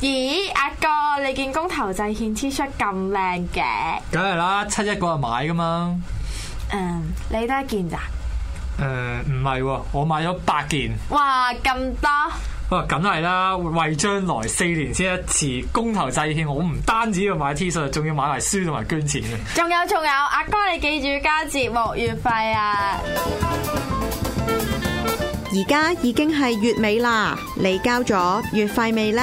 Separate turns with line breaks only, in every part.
咦，阿哥，你件公投制憲 T 恤咁靚嘅，
梗係啦，七一嗰日買噶嘛。
嗯，你得一件咋？
誒唔係喎，我買咗八件。
哇，咁多，
哇，梗係啦，為將來四年先一次公投制憲，我唔單止要買 T 恤，仲要買埋書同埋捐錢嘅。
仲有仲有，阿哥你記住交節目月費啊！
而家已經係月尾啦，你交咗月費未呢？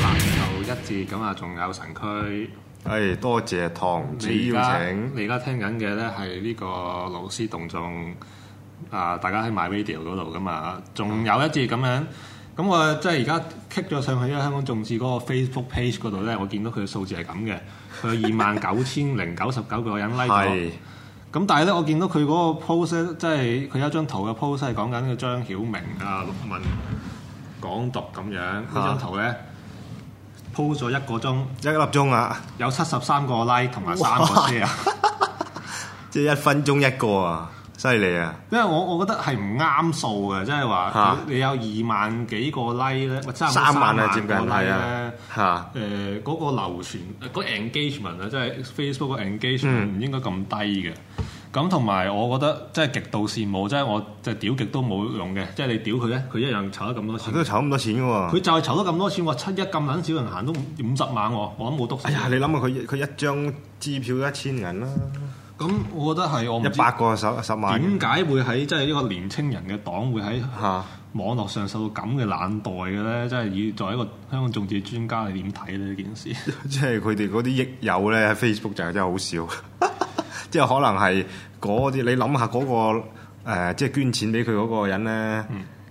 下晝一至咁啊，仲有神區。
誒，多謝唐子
你而
邀
家
請，
你而家聽緊嘅咧係呢個勞師動眾啊、大家喺 MyRadio 嗰度噶嘛，仲有一節咁樣。咁我即係而家 kick 咗上去因為香港眾志嗰個 Facebook page 嗰度咧，我見到佢嘅數字係咁嘅，佢有二萬九千零九十九個人 like 咗
係。
咁但係咧，我見到佢嗰個 post 咧，即係佢有一張圖嘅 post 係講緊個張曉明啊、陸文港獨咁樣。呢張圖咧 post 咗一個鐘，
一粒鐘啊，
有七十三個 like 同埋三個 share。
即係一分鐘一個啊，犀利啊！
因為我我覺得係唔啱數嘅，即係話
嚇
你你有二萬幾個 like 咧，喂差唔多
三萬啊，
個
接近
like
係啊
咧，
嚇
誒嗰、個流傳嗰、個 engagement 啊，即係 Facebook 個 engagement
嗯
唔應該咁低嘅。咁同埋我覺得即係極度羨慕，即係我即係屌極都冇用嘅，即係你屌佢咧，佢一樣籌得咁多
佢
錢
都。籌咁多錢嘅
佢
喎。
就係籌得咁多錢，話七一咁撚少人行都五十萬喎，我諗冇篤死。
哎呀，你諗下佢佢一張支票一千銀啦，
咁我覺得係我唔知
一百個十十萬
點解會喺即係呢個年青人嘅黨會喺
嚇。
網絡上受到咁嘅冷待嘅咧，即係以作為一個香港政治專家，你點睇咧呢件事？
即係佢哋嗰啲益友咧喺 Facebook 就真係好少， 即係可能係嗰啲你諗下嗰個、呃、即係捐錢俾佢嗰個人咧，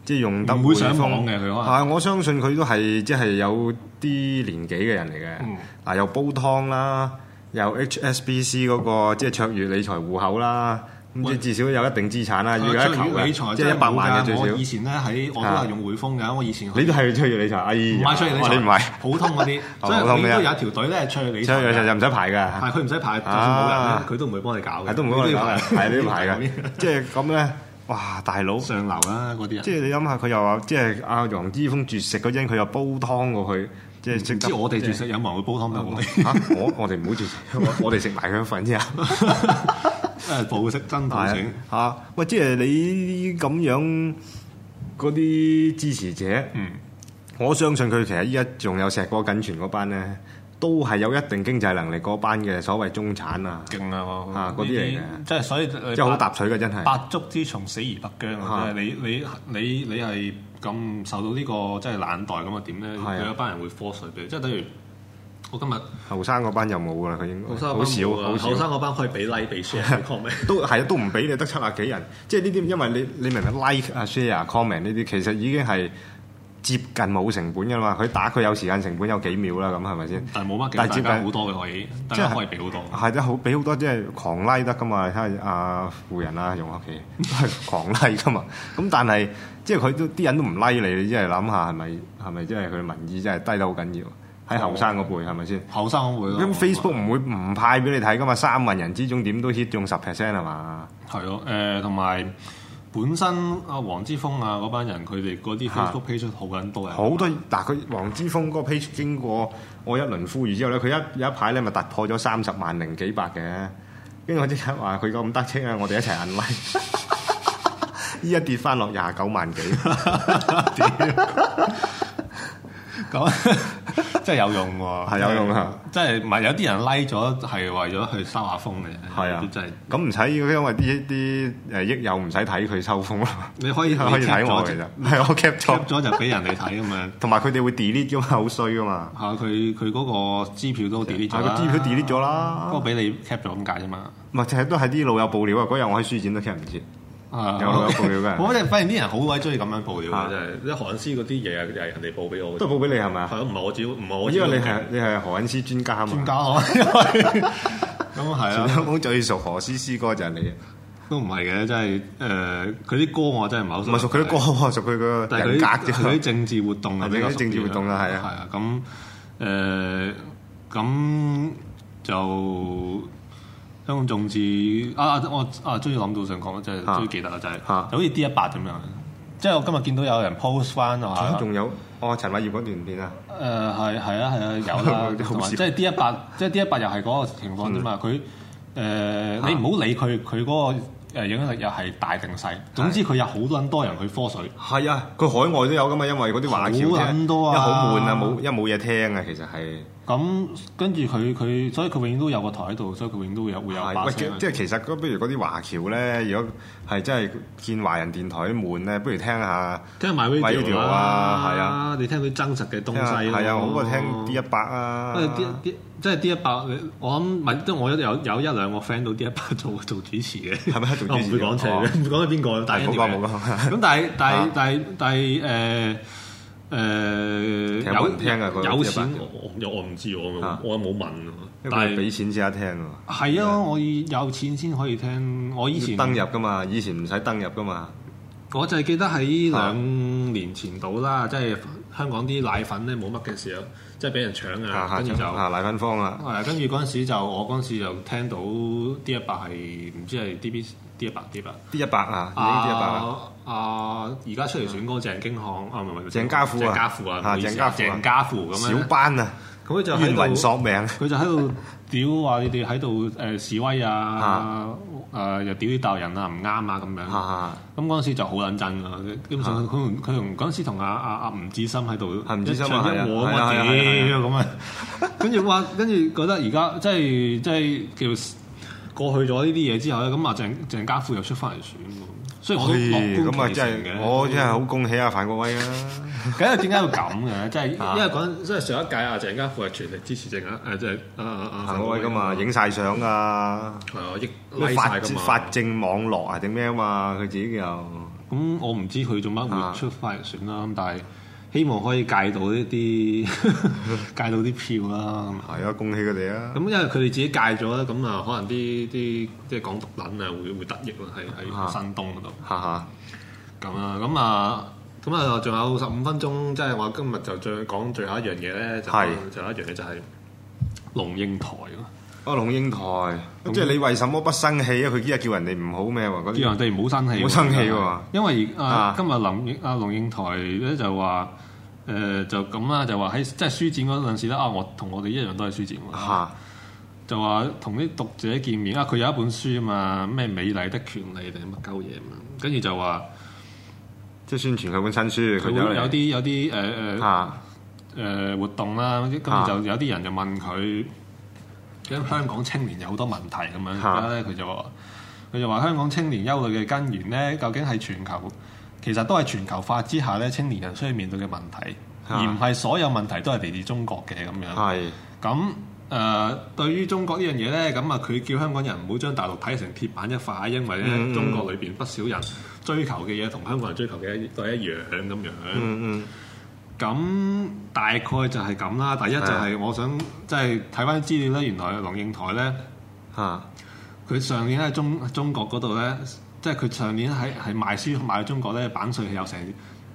即係用得
嗯唔會
匯
上
豐
網嘅佢可能
係我相信佢都係即係有啲年紀嘅人嚟嘅，
嗯
嗱、又煲湯啦，又 HSBC 嗰、個即係卓越理財戶口啦，咁即
喂啊
係至少有一定資產啦，要 有一球
卓越理
嘅，
財
即係一百萬
真
嘅最
係冇㗎我以
少。
前咧喺我都係用匯豐㗎，我以前
你都係卓越理財，哎呀，
唔係卓越理
哇
財，
你唔係，
普通嗰啲，
哦
所以
普通
佢應該
嘅
有一條隊咧係卓越理財
卓
㗎。
越理財就唔使排㗎。
但係佢唔使排，就算冇人咧
啊
佢都唔會幫你搞嘅，
係都唔好
你
講
要
啦，係都要排
你
嘅
要排。
即係咁咧，哇！大佬，
上流啦嗰啲人。
即係你諗下，佢又話，即係阿楊之峰絕食嗰陣，佢又煲湯過去，即係食
唔
得
知我哋絕食有冇人會煲湯俾我哋？
嚇我我哋唔好絕食，我我哋食埋佢份啊 啫。
誒暴食真暴
係
食。
啊嚇，喂！即係你咁樣嗰啲支持者，
嗯，
我相信佢其實依家仲有石果僅存嗰班咧，都係有一定經濟能力嗰班嘅所謂中產啊，
勁啊！我
啊嗰啲嚟嘅
即係所以即
即係好搭水嘅真係。
百足之蟲，死而不僵啊！
嚇
即係你你你你係咁受到呢個即係冷待咁啊點咧？
係啊
佢有一班人會科水俾你，即係等於我今日
後生嗰班又冇㗎啦，佢應該
嗰班
好少，
冇啊
好
後
少
生。嗰班可以俾 like 俾 share 俾 comment。
都係啊，都唔俾你得七啊幾人，即係呢啲，因為你你明唔明 like 啊、share 啊、comment 呢啲，其實已經係接近冇成本噶嘛。佢打佢有時間成本有幾秒啦，咁係咪先？
但係冇乜嘅，
但係
大
接
家好
近
多嘅可以，大
即
家
係
可以俾好多。
係得好俾好多即係狂 like 得噶嘛。你睇下阿富人啊、容學琪都係 狂 like 噶嘛。咁但係即係佢都啲人都唔 like 你，你真係諗下係咪係咪即係佢民意真係低得好緊要？喺後生嗰輩係咪先？
後生會咯。
咁 Facebook 唔會唔派啊俾你睇噶嘛？三萬人之中點都 hit 中十 percent 係嘛？
呃係咯，誒同埋本身阿黃之鋒啊嗰班人，佢哋嗰啲 Facebook page 好緊多人，
好多嗱，佢黃之鋒嗰個 page 經過我一輪呼籲之後咧，佢一有一排咧咪突破咗三十萬零幾百嘅，跟住我即刻話佢咁得戚啊，我哋一齊 unlike。依家跌翻落廿九萬 幾，
咁 真係有用喎，
係有用啊！
即係唔係有啲人 like 咗係為咗去收下風嘅，
係啊
都真係，
咁唔使因為啲啲誒益友唔使睇佢收風啦，
你可以
可以睇我其實係我 cap
，cap
咗，
咗就俾人哋睇咁樣。
同埋佢哋會 delete 噶嘛，好衰噶嘛，
嚇佢佢嗰個支票都 delete 咗
係個
啦
delete 都 delete 咗
不
啦
過，俾你 cap 咗咁解啫嘛。
咪就係都係啲老友報料啊！嗰日我喺書展都 cap 唔切，
啊
有有報料嘅
我真係發現啲人好鬼中意咁樣報料嘅，
啊
真係啲韓師嗰啲嘢啊，又係人哋報俾我嘅。
都係報俾你係咪
係
啊？
咯，唔係我只唔係我
因為你係你係何韻詩專家啊嘛
專。家 咯，因為咁係
全
啊，
香港最熟何詩詩歌就係你，
都唔係嘅，真係誒佢啲歌我真係唔係好
唔係熟佢啲歌，喎，熟佢個
但係
人
佢
格
啲佢啲
啫。
政治活動啊，
係
比較
佢啲政治活動啊係啊
係啊，咁誒咁就香港眾志啊，啊我啊終於諗到想講，即係
啊
終於記得啦，就係就
啊
好似 D 一百咁樣，即係我今日見到有人 post 翻
啊
話誒
仲有哦，陳偉業嗰段片啊，
係係啊係啊 有
好
啦，
笑
同埋即係 D 一百，即係 D 一百又係嗰個情況啫嘛，
嗯
佢誒你唔好理佢佢嗰個誒影響力又係大定細，總之佢有好撚多人去科水。
係啊，佢海外都有噶嘛，因為嗰啲華僑
好
啫，
撚
因
多啊
為好悶啊，冇因為冇嘢聽啊，其實係
咁跟住佢佢，所以佢永遠都有個台喺度，所以佢永遠都會有會有
係
把
喂，
聲啊
即。即係其實嗰不如嗰啲華僑咧，如果係真係見華人電台啲悶咧，不如聽下
聽埋
radio 啊係啊，
你聽佢真實嘅東
聽下
西咯
係啊，好過聽 D 一。百啊
因，為 D 一 D 即係 D 一百，我諗咪即係我有有一兩個 friend 到 D 一百做 做主持嘅，
係咪做主持嘅
我唔會講出嚟
哦
嘅，唔會講係邊個，但係
冇講冇講
咁但係但係
啊
但係但係誒。誒、
其實冇人聽啊嗰個
有有
D100
錢我我我唔知我
啊
我冇問，
因為
但
佢
係
俾錢先得聽喎。
係啊！我要有錢先可以聽。我以前
登入噶嘛，以前唔使登入噶嘛，
我就係記得喺
啊
兩年前到啦，即係香港啲奶粉咧冇乜嘅時候，即係俾人搶啊，跟住就
啊賴芬芳啊，
係跟住嗰陣時就我嗰陣時就聽到 D 一百係唔知係 D B D 一百 D 一百
D 一百啊，已經 D 一百啊。
啊啊！而家出嚟選歌鄭經翰啊，唔係唔係
鄭家富啊
鄭家富啊，唔
啊
好意思啊
鄭家富啊
鄭家富咁樣
小班啊，
咁佢就喺
冤
度
魂索命。啊
佢就喺度屌話你哋喺度誒示威啊，誒、又屌啲大陸人啊唔啱啊咁樣。
啊！
咁嗰陣時就好撚憎啦，基本上佢同佢同嗰陣時同阿阿阿吳志森喺度
係吳志森啊
一唱一和咁
係啊係啊係啊係
啊，咁啊，跟住話，跟住覺得而家即係即係叫過去咗呢啲嘢之後咧，咁啊鄭鄭家富又出翻嚟選喎，所以我都
嘿
樂
咁
觀
啊，
其成
真係
嘅。嗯
我真係好恭喜啊范國威啊！
梗係點解要咁嘅？即係因為嗰陣即係上一屆啊，鄭家富係全力支持鄭家誒，即係啊啊啊
范國威噶嘛，影晒相啊，
係啊，益
咩
拉
法
晒噶嘛。
法政網絡啊定咩啊嘛，佢自己又
咁我唔知佢做乜
啊
會出翻嚟選啦，咁但係希望可以戒到一啲 戒到啲票啦。
係啊，恭喜佢哋啊！
咁因為佢哋自己戒咗啦，咁啊可能啲啲即係港獨撚啊會會得益啦，喺
啊
喺新東嗰度。
哈哈，
咁啊，咁啊，咁啊，仲有十五分鐘，即係我今日就最講最後一樣嘢咧，就
係
就有一樣嘢就係龍應台咯。
哦，龍應台，咁即係你為什麼不生氣啊？佢依家叫人哋唔好咩喎？嗰
叫人
啲
哋唔好生氣，
唔好生氣喎
因為啊
啊，
今日林應啊龍應台咧就話誒就咁啦，就話喺即係書展嗰陣時咧啊，我同我哋一樣都係書展喎，
嚇
就話同啲讀者見面啊，佢有一本書啊嘛，咩美麗的權利定乜鳩嘢啊嘛，跟住就話
即係宣傳佢本新書，
佢
佢
會
有嚟啊
有啲有啲呃誒誒
嚇
誒活動啦，跟住
啊
就有啲人就問佢，咁香港青年有好多問題咁樣，
啊
而家咧佢就話佢就話香港青年憂慮嘅根源咧，究竟係全球其實都係全球化之下咧，青年人需要面對嘅問題，
啊
而唔係所有問題都係嚟自中國嘅咁樣。
係
咁誒、對於中國呢樣嘢咧，咁啊佢叫香港人唔好將大陸睇成鐵板一塊，因為咧、
嗯嗯
中國裏邊不少人追求嘅嘢同香港人追求嘅都係一樣咁樣。
嗯嗯
咁大概就係咁啦。第一就係啊我想即係睇翻資料咧，原來龍應台咧，
嚇
佢上年喺中中國嗰度咧，即係佢上年喺係賣書賣去中國咧，版税係有成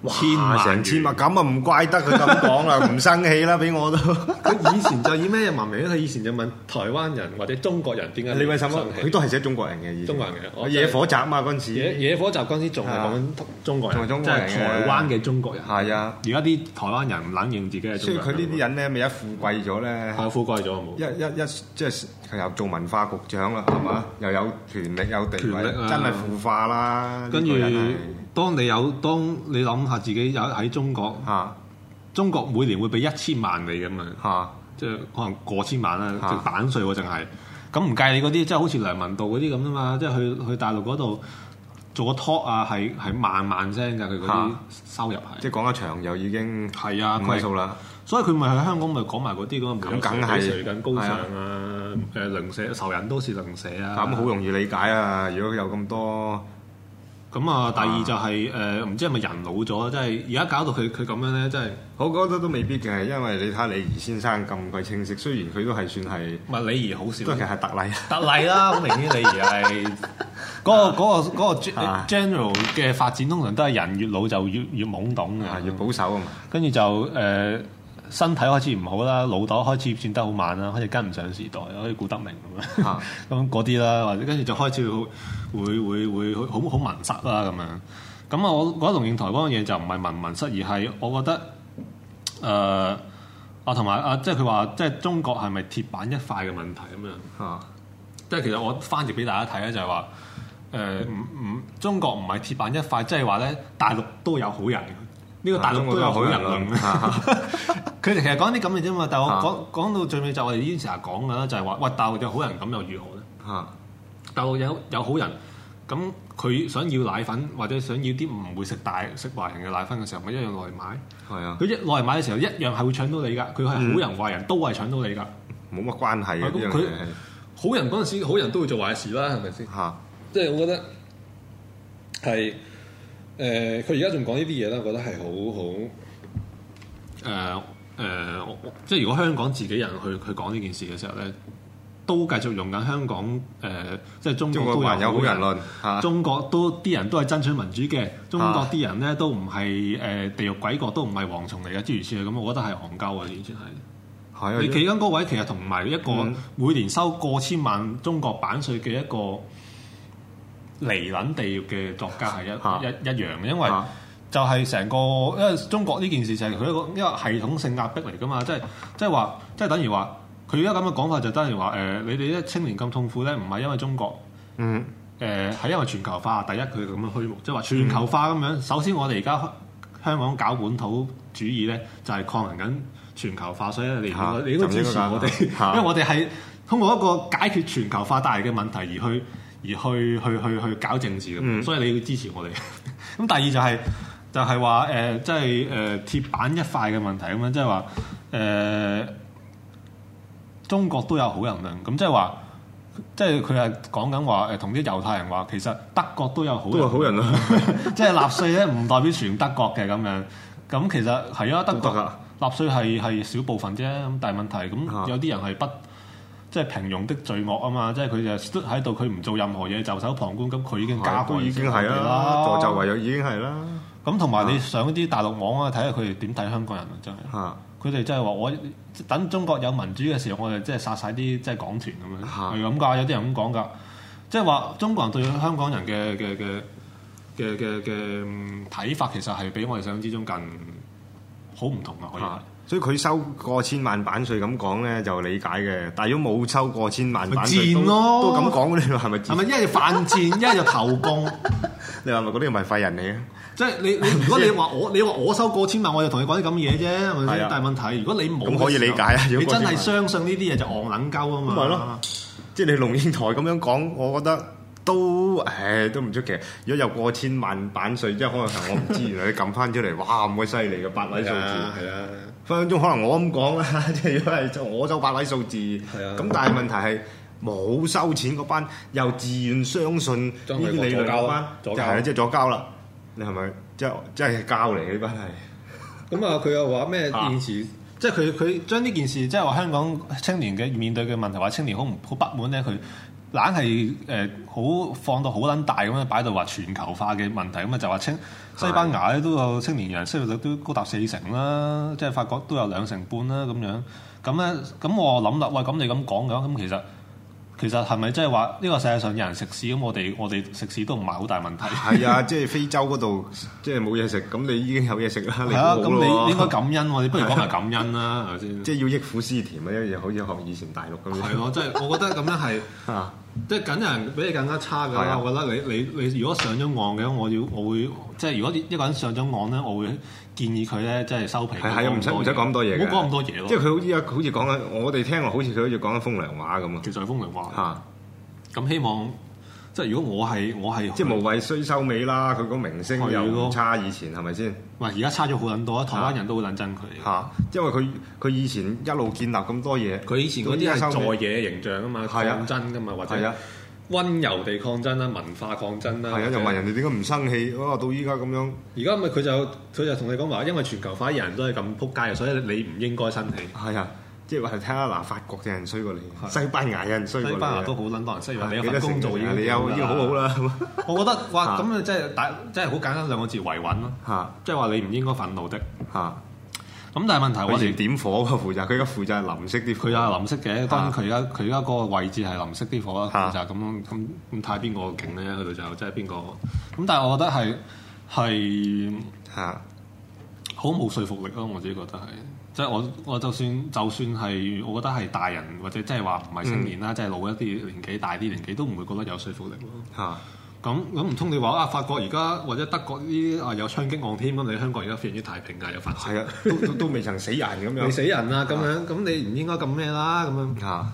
千萬
成千
元
萬，咁啊唔怪得佢咁講 啦，唔生氣啦，俾我都。
佢以前就以咩文明咧？佢以前就問台灣人或者中國人點解
李偉什
生
啊
氣
佢都係寫中國人嘅，以前
中國人嘅
我
我
野火集啊嘛嗰陣
野
時。
野火集嗰陣時仲係講緊啊中國人，
仲係中
即
國人
係
嘅
台灣嘅中國人。
係啊，
而家啲台灣人唔撚認自己係
所
中
以
國
佢呢啲人咧，咪一富貴咗咧，
太富貴咗有冇
一？一一即係佢又做文化局長啦，係嘛？又有權力有地位，
權力啊
真係腐化啦。
跟住
呢個人係，
當你有當你諗下自己有喺中國，
嚇
中國每年會俾一千萬你咁啊，
嚇
即係可能過千萬啦，
啊
即係版税喎，淨係咁唔計你嗰啲，即係好似梁文道嗰啲咁啊嘛，即係去去大陸嗰度做個 talk 啊，係係萬萬聲㗎，佢嗰啲
啊
收入係
即係。講一場又已經
係啊，
五
佢
位
係
數啦。
所以佢咪喺香港咪講埋嗰啲咁嘅
咁梗係
水緊高尚啊，誒鄰舍仇人都是鄰舍啊。
咁好容易理解啊！如果有咁多
咁啊，第二就係誒唔知係咪人老咗，即係而家搞到佢佢咁樣咧，即係
我覺得都未必嘅，因為你睇下李儀先生咁鬼清晰，雖然佢都係算係
唔係李儀好少
都其實係特例，
特例啦，好明顯李儀係嗰個嗰個嗰個 gen-
啊
general 嘅發展通常都係人越老就越越懵懂
啊
嘅，
要保守啊嘛。
跟住就誒、呃身體開始唔好啦，腦袋開始轉得好慢啦，開始跟唔上時代，好似顧德明咁樣
啊，
咁嗰啲啦，或者跟住就開始會會會會好好好文塞啦咁樣。咁啊，我覺得龍應台嗰樣嘢就唔係文文塞，而係我覺得誒、呃啊，同埋啊，即係佢話即係中國係咪鐵板一塊嘅問題咁樣。
嚇
即係其實我翻譯俾大家睇咧，就係話誒唔唔，中國唔係鐵板一塊，即係話咧大陸都有好人， 呢、個大陸啊都有好人論。 佢哋其實講啲咁嘅啫嘛，但係
啊
我講講到最尾就我哋以前成日講㗎啦，就係話喂大陸有好人咁又如何咧？
嚇
大陸有有好人，咁佢想要奶粉或者想要啲唔會食大食壞人嘅奶粉嘅時候，咪一樣落嚟買。
係啊
佢，一落嚟買嘅時候，一樣係會搶到你㗎。佢係好人壞人都係搶到你㗎。
冇乜關係
啊咁
嘅呢樣啊
佢
嘢係
好人嗰陣時，好人都會做壞事啦，係咪先？
嚇
即係我覺得係誒，佢而家仲講呢啲嘢啦，我覺得係好好誒誒，我我即係如果香港自己人去去講呢件事嘅時候咧，都繼續用緊香港誒、呃即係中
中
國都
國還有好人論嚇
中國都啲人都係爭取民主嘅，中國啲人咧都唔係誒地獄鬼國，都唔係蝗蟲嚟嘅，諸如此類咁，我覺得係戇鳩啊，完全係。
係啊
你企緊嗰位，其實同埋一個
嗯
每年收過千萬中國版税嘅一個離撚地獄嘅作家係一
嚇
一一樣嘅，因為
嚇
就係成個因為中國呢件事就係佢一個一個系統性壓迫嚟噶嘛，即係即係話即係等於話佢而家咁嘅講法就等於話誒、呃你哋啲青年咁痛苦咧，唔係因為中國。
嗯
誒呃係因為全球化，第一佢咁樣虛無，即係話全球化咁樣。首先我哋而家香港搞本土主義咧，就係、抗衡緊全球化，所以你應該、
嚇
你應該支持
就應該
我哋，
嚇
因為我哋係通過一個解決全球化帶嚟嘅問題而去而去去去去搞政治咁，
嗯
所以你要支持我哋。咁第二就係、就係話誒，即係誒鐵板一塊嘅問題咁樣，即係話誒中國都有好人論，咁即係話。即係佢係講緊話誒，同啲猶太人話，其實德國都有好
都係好人啊
啦，
論
即係納粹咧唔代表全德國嘅咁樣。咁其實係啊，德
都得㗎
國納粹係係少部分啫。咁但係問題
啊
咁有啲人係不即係平庸的罪惡啊嘛，即係佢就 stood 喺度，佢唔做任何嘢，袖手旁觀，咁佢已經加
都
害
已經係
成我哋
啦，助紂為虐已經係啦
咁同
啊
埋你上啲大陸網啊，睇下佢哋點睇香港人啊，真係。
嚇
佢哋真係話我等中國有民主嘅時候，我哋即係殺晒啲即係港團咁樣，
嚇
係咁㗎，有啲人咁講㗎，即係話中國人對香港人嘅嘅嘅嘅嘅嘅嗯睇法，其實係比我哋想象之中更好唔同啊！可以
嚇
係。
所以佢收過千萬版税咁講咧就理解嘅，但係如果冇收過千萬版税
咪
都
賤咯
都咁講，你話係咪
係咪
賤？
一係就犯 賤，一係就投共？
你話咪嗰啲咪廢人嚟啊嘅？
即係你 你如果你話我你話我收過千萬，我就同你講啲咁嘅嘢啫，係咪
係
先
啊？
但係問題，如果你冇嘅時候，
咁可以理解啊如
你
果過
真
千萬
係相信呢啲嘢就戇撚鳩啊嘛。
咁咪咯即係你龍應台咁樣講，我覺得都誒都唔出奇。如果有過千萬版税，即係可能我唔知，原來你撳翻出嚟，哇咁鬼犀利嘅八位數字，
係啊。
分分鐘可能我咁講啦， 即係如果係我收八位數字，
係啊
咁但係問題係。冇收錢嗰班又自願相信呢
真係
啲理論嗰班，就
左膠啊
係啦即係左交啦。你係咪即係即係交嚟嘅呢班 係？
咁啊，佢又話咩
啊
件事？即係佢佢將呢件事，即係話香港青年嘅面對嘅問題，話青年好唔好不滿咧？佢硬係誒好放到好撚大咁樣擺到話全球化嘅問題，咁啊就話青西班牙咧都有青年人失業率都高達四成啦，即係法國都有兩成半啦咁樣。咁咧咁我諗啦，喂咁你咁講嘅話，咁其實其實係咪即係話呢個世界上有人食屎咁？我哋我哋食屎都唔係好大問題。
係啊，即係非洲嗰度即係冇嘢食，咁你已經有嘢食啦，你
係啊，
好
咁
好咯
你應該感恩喎，你不如講埋感恩啦，係咪先？
即係要憶苦思甜啊，一樣好似學以前大陸咁
係
樣。
咯，即係我覺得咁樣係。
啊，
即係梗有人比你更加差㗎
係啊
啦！我覺得你你你如果上咗岸嘅，我要我會即係如果一個人上咗岸咧，我會建議佢咧即係收皮。
係係啊，唔使唔使講咁多嘢嘅
唔好講咁多嘢咯。
即
即
係
係
佢好似有好似講緊，我哋聽落好似佢好似講緊風涼話咁啊。
其實係風涼話。
嚇，
咁希望即係如果我係我係
即係無謂衰收尾啦，佢個明星又
係
唔
咯
差以前係咪先？
喂，而家差咗好撚多啊！台灣人都好撚憎佢。
嚇，因為佢佢以前一路建立咁多嘢，
佢以前嗰啲係在野形象啊嘛，
係啊
抗爭㗎嘛，或
係啊
者温柔地抗爭啦、文化抗爭啦。
係啊，
或者
又問人哋點解唔生氣，哇，到依家咁樣
而家咪佢就佢就同你講話，因為全球化人都係咁撲街，啊所以你唔應該生氣。
係啊，即係話睇下嗱，法國嘅人衰過你，
係
西班牙嘅人衰過
西
你，啊
班牙都好撚多人失業，你
係
有
幾
份
多
工
成
做
就
已
啊
經
你有已經好好。啦，
我覺得哇，
嚇
咁啊，即係大，即係好簡單兩個字維穩咯。
嚇
即係話你唔應該憤怒的。咁但
嚇，
係問題
佢以
我
前
哋
點火嘅負責，佢而家負責係淋熄啲火，
佢又係林色嘅，當然
嚇
佢而家佢而家嗰個位置係林色啲火
嚇
啦，就係咁樣咁咁睇邊個勁咧，佢哋就即係邊個。咁但係我覺得係係
嚇
好冇說服力咯，我自己覺得係。即係我我就算就算係，我覺得係大人或者即係話唔係青
嗯
年啦，即係老一啲年紀大啲年紀都唔會覺得有說服力咯。
嚇。
咁咁唔通你話啊法國而家或者德國呢啲啊有槍擊案添咁，你香港而家非常之太平㗎，有法
係啊，都都都未曾死人咁 樣。
你死人啊啦咁樣，咁你唔應該咁咩啦咁樣，
嚇！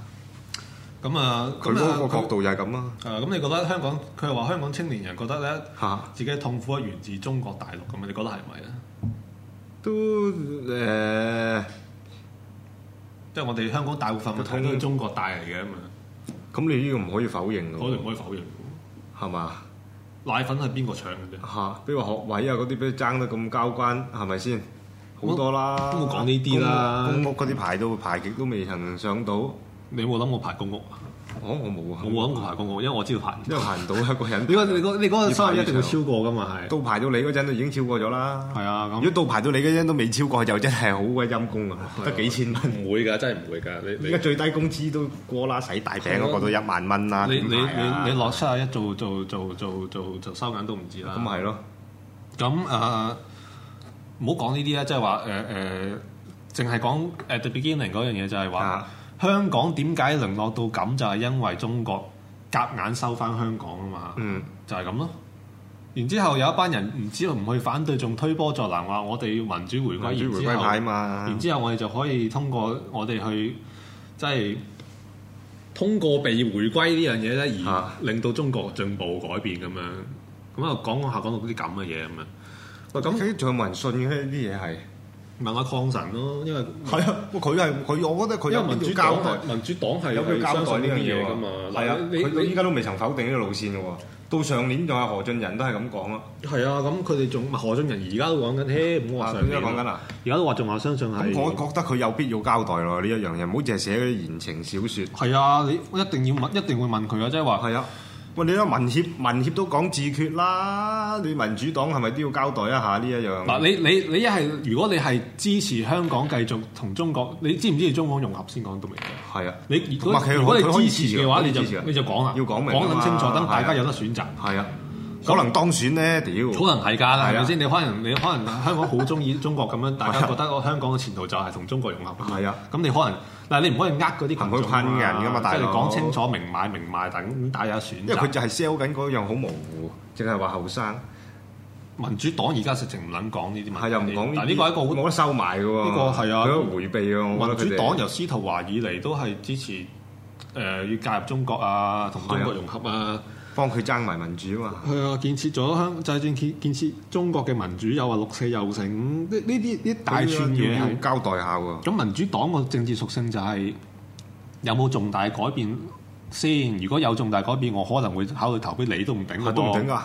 咁啊
佢
咁啊
嗰個角度就係咁啊。
啊咁你覺得香港佢又話香港青年人覺得咧
嚇
自己嘅痛苦係源自中國大陸咁啊，你覺得係咪咧？
都誒，
即係我哋香港大部分問題都係中國帶嚟嘅嘛，啊
咁你呢個唔可以否認
我哋唔
㗎，
可以否認嘅。
係嘛？
奶粉係邊個搶嘅啫？
嚇！比如話學位啊嗰啲，俾佢爭得咁交關，係咪先？好多啦，
都冇講呢啲啦
公公屋嗰啲排到排極都未曾上到，我
你有冇諗過排公屋啊？
我冇啊，
我冇諗過排公屋，因為我知道排唔
因
到。
為排唔到啊，個 人
你個你個你嗰個收入一定要
要排越長
超過㗎嘛係。
到排到你嗰陣都已經超過咗啦。
係啊咁
如果到排到你嗰陣都未超過，就真係好鬼陰功啊，
啊
得幾千蚊。
唔會㗎，真係唔會㗎。你
而
你
家最低工資都過啦，洗大餅
係
嗰
咯
個都一萬蚊啦，
你
點
你
排啊
你你落七啊一做做做做做做收銀都唔知啦。
咁啊咪係咯。
啊咁誒，呃唔好講呢啲啦，即係話誒誒，淨係講誒 the beginning 嗰樣嘢就係話
啊
香港點解淪落到咁，就係因為中國夾硬收翻香港啊嘛。
嗯，
就係咁咯。然之後有一班人唔知道唔去反對，仲推波助瀾，話我哋要民主回歸，
民主
然之
回歸
後
派嘛
然之後我哋就可以通過我哋去即係通過被回歸呢樣嘢咧，而
啊
令到中國進步改變咁樣。咁啊講講下講到啲咁嘅嘢咁樣。喂，咁
咁仲有冇人信嘅呢啲嘢係？
問下抗神咯，因為
係啊，佢係佢，我覺得佢
因
有
為民主
必要交
黨
代啊
係，民主黨係
有必要交代呢樣嘢
㗎
㗎
嘛。
係啊，
你
佢到
你
依家都未曾否定呢個路線嘅喎。到上年仲有何俊仁都係咁講啊。
係啊，咁佢哋仲何俊仁而家都講緊，嘿，唔好話
啊
上
佢而
年
家講緊啊，
而家都話仲話相信係
咁我覺得佢有必要交代咯呢一樣嘢，唔好淨係寫嗰啲言情小説。
係啊，你一定要問，一定會問佢啊，即係話
係啊，喂，你睇民協，民協都講自決啦，你民主黨係咪都要交代一下呢一樣？
嗱，你你你一係如果你係支持香港繼續同中國，你知唔支持中港融合先講到明嘅？
係啊，
你如
唔
果
係佢
如果
佢可以
你支持嘅話，
支
你
持
就
嘅支持嘅
你就講啦，
要講明啊
講
嘛
撚清楚，等大
係啊
家有得選擇。
係啊，可能當選咧，屌，
可能係㗎啦，係
係啊
咪先？你可能你可能 香港好中意中國咁樣，大家覺得哦香港嘅前途就係同中國融合。
係啊，
咁你可能嗱，你唔可以呃嗰啲群
唔可以
眾啊
困人㗎嘛大佬
即係你講清楚明買明賣，等大家有選
因為佢
擇。
就係 sell 緊嗰樣好模糊，淨係話後生，
民主黨而家實情唔撚講呢啲問題，
係又啊唔講
嗱
啲
呢個係一個好
冇得收埋嘅喎，
呢個係啊
佢喺度迴避嘅，我
民
覺得
主
佢
黨
哋
由司徒華以嚟都係支持誒、呃要介入中國啊，同中國融合啊，
幫佢爭埋民主啊嘛，
係啊，建設咗香就係建建建設中國嘅民主，又話六四又成呢呢啲呢大串嘢
要要
係。啊
交代下喎，
咁民主黨個政治屬性就係有冇重大改變先？如果有重大改變，我可能會考慮投俾你都唔頂
係
喎
啊都唔頂㗎。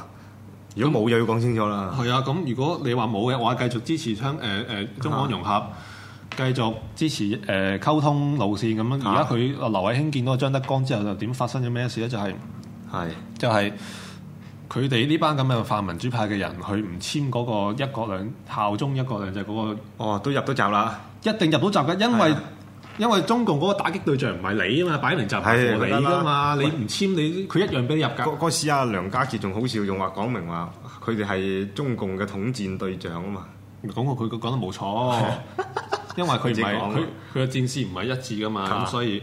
如果冇又要講清楚啦，
係啊，咁如果你話冇嘅，我係繼續支持香誒誒中港融合。誒、繼續支持誒、呃、溝通路線咁樣。而家
啊
佢劉偉興見到張德江之後，就點發生咗咩事咧？就係、
係
就係佢哋呢班咁嘅泛民主派嘅人，佢唔簽嗰個一國兩效忠一國兩制嗰、個。
哦，都入到閘啦，
一定入到閘嘅，因
係
為
啊
因為中共嗰個打擊對象唔係你啊嘛，擺明就唔係
係
你
得
噶
啦
嘛，你唔簽你佢一樣俾你入
嗰
㗎。
嗰時啊，梁家傑仲好笑，仲話講明話佢哋係中共嘅統戰對象啊嘛，
講過佢講得冇錯，因為佢唔
自己
係
講
佢佢嘅戰線唔係一致噶嘛，
啊
咁所以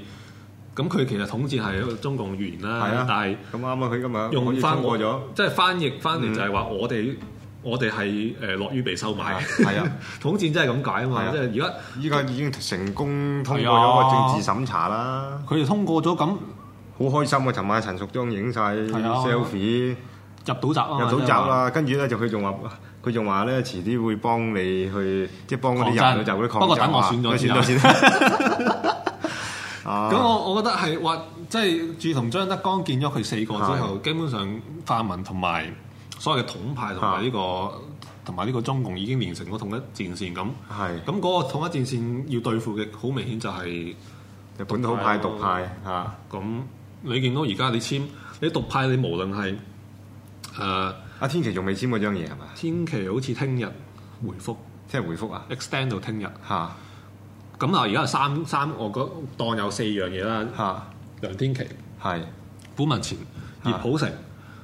咁佢其實統戰係一個中共語言
係
啦
啊，
但係
咁啱啊，佢今日可
用
以
翻
通過咗，
即係翻譯翻嚟就係話我哋我哋係誒落於被收買
啊，係啊，
統戰真係咁解啊
係
嘛，
啊
即係而家。
依家已經成功通過
啊
咗個政治審查啦，
佢哋通過咗咁
好開心啊！尋晚陳淑莊影晒
啊
selfie。
入到閘啊嘛，
入到
即係
閘
話
啦，跟住咧就佢仲話，佢仲話咧，遲啲會幫你去即係幫嗰
抗
啲
爭
人去就嗰啲抗爭啊
不過等我選咗先啊
選咗先。啊
咁我我覺得係話，即係自從張德江見咗佢四個之後，基本上泛民同埋所謂嘅統派同埋呢個同埋呢個中共已經連成咗統一戰線咁。
係
咁嗰個統一戰線要對付嘅，好明顯就係
就本土派獨派啊嚇，
咁。你見到而家你簽你獨派，你無論係誒、呃
阿天琪仲未簽嗰張嘢係咪？
天琪好似聽日回覆
即係回覆啊
extend 到聽日，
嚇
咁啊嗱而家係三三，我覺當有四樣嘢啦。
嚇
梁天琪、
係
古文前、葉普成。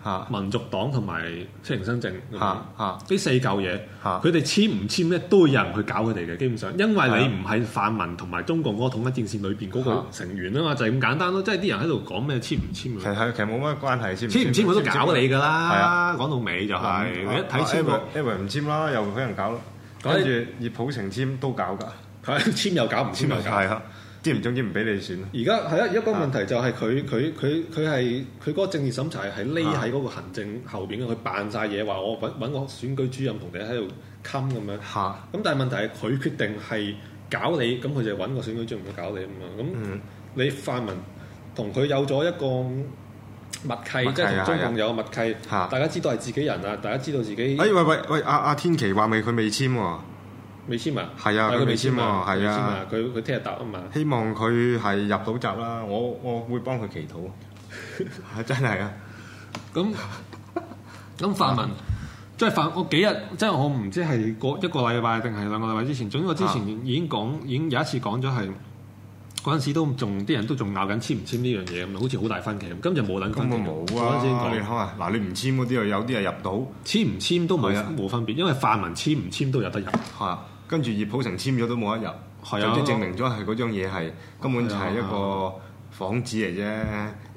嚇
民族黨同埋青年新政咁樣
嚇嚇
呢四嚿嘢，
嚇
佢哋簽唔簽咧都會有人去搞佢哋嘅，基本上，因為你唔係啊泛民同埋中共嗰個統一戰線裏邊嗰個成員啊嘛，就係咁簡單咯，即係啲人喺度講咩簽唔簽
其
嘅，
實其實冇乜關係簽
簽唔簽我都搞你㗎
係
啦嗯啊
啊，
講到尾就係你一睇簽過，
e v 唔簽啦，又俾人搞咯。
咁
跟住葉普成簽都搞㗎，
係簽又搞，唔簽又搞。
係啊，簽唔中簽唔俾你選啊
而家係啊，而家個問題就係佢佢佢佢係佢嗰個政治審查係匿喺嗰個行政後邊嘅，佢扮晒嘢話我揾揾個選舉主任同你喺度冚咁樣。
嚇。
咁但係問題係佢決定係搞你，咁佢就揾個選舉主任去搞你咁樣。咁、
嗯
你泛民同佢有咗一個默契，
默契
即係同
啊
中
係啊
共有個默契，
嚇
大家知道係自己人啊，大家知道自己
哎喂喂喂，阿阿天琪話未佢未簽喎，
未簽啊，
係啊
但係
佢未簽啊
佢未
係
簽
啊
啊，佢佢聽日答啊嘛。
希望佢係入到閘啦，我我會幫佢祈禱，係 真 係啊，
咁咁泛民。即係泛我幾日，即係我唔知係個一個禮拜定係兩個禮拜之前，總之我之
啊
前已經講，已經有一次講咗係嗰陣時都仲啲人都仲拗緊簽唔簽呢樣嘢咁，好似好大分歧咁，今日冇撚
根
分歧
本
咁。
冇
嗰陣時已經
啊，
講
你睇下，嗱你唔簽嗰啲又有啲係入
簽唔簽都冇
係啊
冇分別，因為泛民簽唔簽都有得入。
到，嚇、跟住葉普成簽咗都冇得入，
係啊
就即係證明咗係嗰張嘢係根本就係一個幌子嚟啫，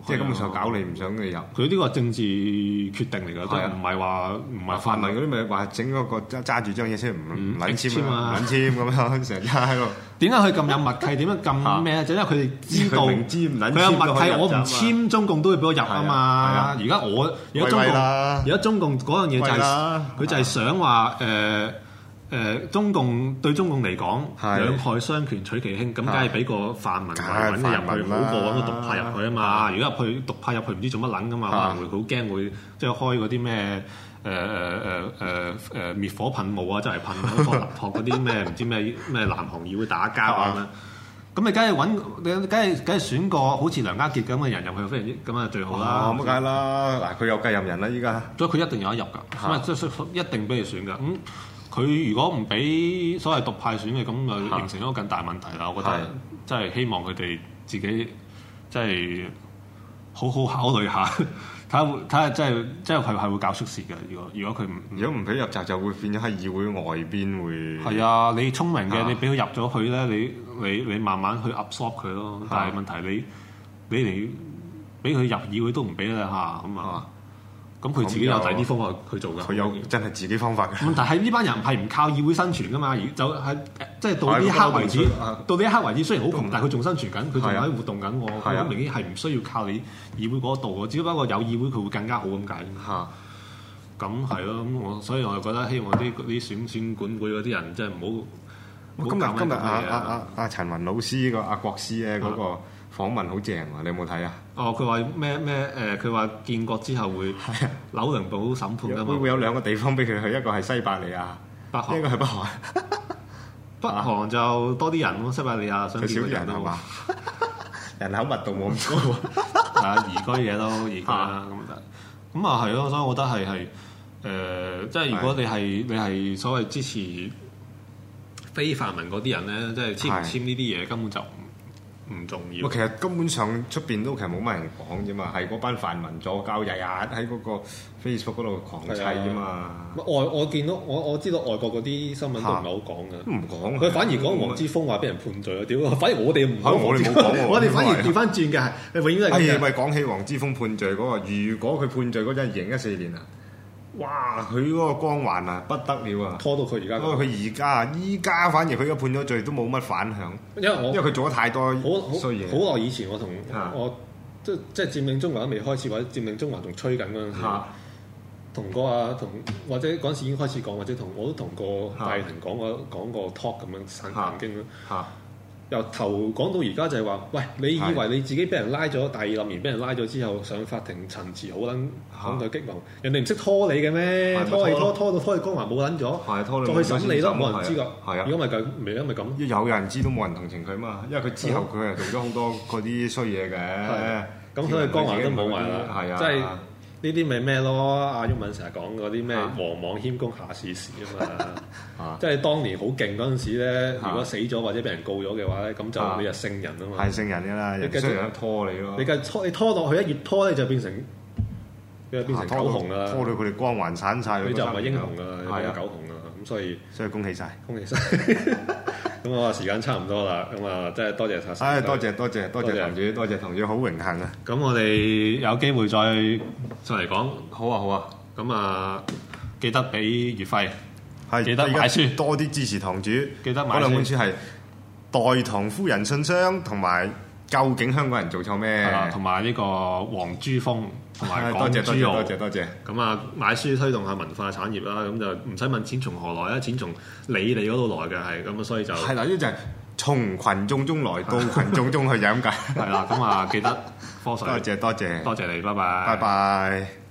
即係根本上
啊
搞你唔想你入。
佢呢個係政治決定嚟㗎，即
係啊啊
係唔係話唔係
泛
泛
民
民。
嗰啲咪話整嗰個揸揸住張嘢先唔唔
嗯
撚
簽
簽啊，
啊
唔撚簽咁樣， 成家喺度。
點解佢咁有默契？點解 咁咩咧？就因為佢哋知道
佢 明知唔撚
佢有
簽
默
都可以
契，
入
我
閘
唔
啊
簽中共都會俾我入啊
係
嘛
啊。
而家我而家
喂
中
喂
共
啦
而家中共嗰樣嘢就
喂
係
啦啊
佢就係想話誒誒中共對中共嚟講
係
兩害相權取其輕，咁梗係俾個泛民
梗
揾
係
你入去
泛民啦
好過揾個獨派入去啊嘛。如果入去獨派入去唔知做乜撚噶嘛，
啊
可能會好驚會即係開嗰啲咩誒誒誒誒誒滅火噴霧啊，即係噴火立嗰啲咩唔知咩咩南韓議會打交啊咁樣
啊。
咁你梗係揾，你梗係梗係選個好似梁家傑咁嘅人入去，非常之咁啊最好啦。
哦，乜解啦？嗱，佢有繼任人啦，依家
所以佢一定有得入㗎，咁啊
嚇
即係一定俾你選㗎。咁、佢如果唔俾所謂獨派選嘅，咁就形成一個更大問題啦。我覺得
係
即係希望佢哋自己即係好好考慮下， 睇下會睇下即係即係係係會搞出事嘅。如果如果佢唔
如果唔俾入閘，就會變咗喺議會外邊會
係啊，你聰明嘅，
啊
你俾佢入咗去咧，你你你慢慢去 absorb 佢咯。但係問題你你嚟俾佢入議會都唔俾啦嚇，咁啊
啊，
咁佢自己有第二啲方法去做㗎。
佢有真係自己方法嘅。
問題係呢班人係唔靠議會生存噶嘛，而就係即係到呢一刻為止
係啊，
到呢一刻為止雖然好窮，但係佢仲生存緊，佢仲
嗯係啊
喺活動緊喎，
係
佢好
啊
明顯係唔需要靠你議會嗰度喎，只不過有議會佢會更加好咁解。
嚇
咁係咯，咁我所以我就覺得希望啲嗰啲選選管會嗰啲人真係唔好。
哇今日今日阿阿
啊！
阿阿陳雲老師個阿國師咧嗰個訪問好正啊！你有冇睇啊？
哦，佢話咩咩誒？佢話建國之後會紐倫堡審判㗎
啊會會
嘛，
有兩個地方俾佢去，一個係西伯利亞，
啊北韓
一個係北韓。
北韓就多啲人咯，西伯利亞想
佢
見
少
嘅
啲
人
人
都
係
冇
嘛？人口密度冇咁高啊。
係啊，移居嘢都移居
啊
啦，咁但咁啊係咯，所以我覺得係係誒，即係如果你係你係所謂支持非泛民嗰啲人咧，即係簽唔
係
簽呢啲嘢根本就唔唔重要
喂，。其實根本上出邊都其實冇乜人講啫嘛，係嗰班泛民左交日日喺嗰個 Facebook 嗰度狂砌啫嘛，
外我見到我我知道外國嗰啲新聞都唔係好講
都
嘅，
唔講啊。
佢反而講黃之鋒話俾人判罪啊！屌，反而我哋唔
係我哋冇講喎
我哋反而調翻轉嘅係，你永遠都係
哎
咁
呀，
嘅。
咪講起黃之峰判罪嗰、個，如果佢判罪嗰陣係二零一四年啊，哇！佢嗰個光環啊，不得了啊！
拖到佢而家
不
咁
哦
過，佢而家啊，依家反而佢而家判咗罪都冇乜反響，
因為我
因為佢做咗太多
好好
衰嘢。
好耐以前，我同
啊
我即即係佔領中環都未開始，或者佔領中環仲吹緊嗰陣時，
嚇
同個啊同或者嗰陣時已經開始講，或者同我都同個
啊
大庭講過講過 talk 咁樣散
啊
行經啦。
嚇
由頭講到而家就係話，喂，你以
係
為你自己俾人拉咗，第二冧完俾人拉咗之後上法庭陳詞好撚恐懼激昂，人哋唔識拖你嘅咩？
係咪
拖你
拖
拖拖到
咯
拖你光環冇撚
係拖
咗，再
你冇
去審
咗
理
先
咯，
審
冇人知㗎
係啊。
如果咪咁，咪咪咁。
有人知都冇人同情佢嘛，因為佢之後佢係做咗好多嗰啲衰嘢嘅。
咁所以光環都冇埋啦，
係啊，
即係呢啲咪咩咯？阿鬱敏成日講嗰啲咩
啊
王莽謙公下士時啊嘛
啊，
即係當年好勁嗰陣時咧，
啊
如果死咗或者俾人告咗嘅話咧，咁
啊
就你就聖人啊嘛
係。聖人㗎啦，
你
人
繼續
雖然拖你咯，
你繼續拖你拖落去一越拖咧就變成，你就變成
啊拖
狗
到
熊啦，
拖到佢哋光環散晒，
你就唔係英雄啦，你
係
變
啊
咗，狗熊啦。咁所以
所以恭喜晒。
恭喜晒。 咁我話時間差唔多啦，咁啊真係多謝晒。
唉，多謝多謝多
多
謝
謝
堂主，多謝堂主，好榮幸啊！
咁我哋有機會再再嚟講，好啊好啊，咁啊記得俾月費，
係
記得買
大家
書
多啲支持堂主。
記得買書
嗰兩本書係《代堂夫人信箱》同埋《究竟香港人做錯咩
係啦，》。同埋呢個黃珠峰同埋
唉
港
多謝多謝
珠澳
多。謝多謝，
咁啊，買書推動下文化產業啦，咁就唔使問錢從何來啦，啊錢從你哋嗰度來嘅係，咁啊，所以就
係啦，呢就係從群眾中來到群眾 中去，就係咁解。
係啦，咁啊記得科水，
多謝多謝，
多謝你，拜拜，
拜拜。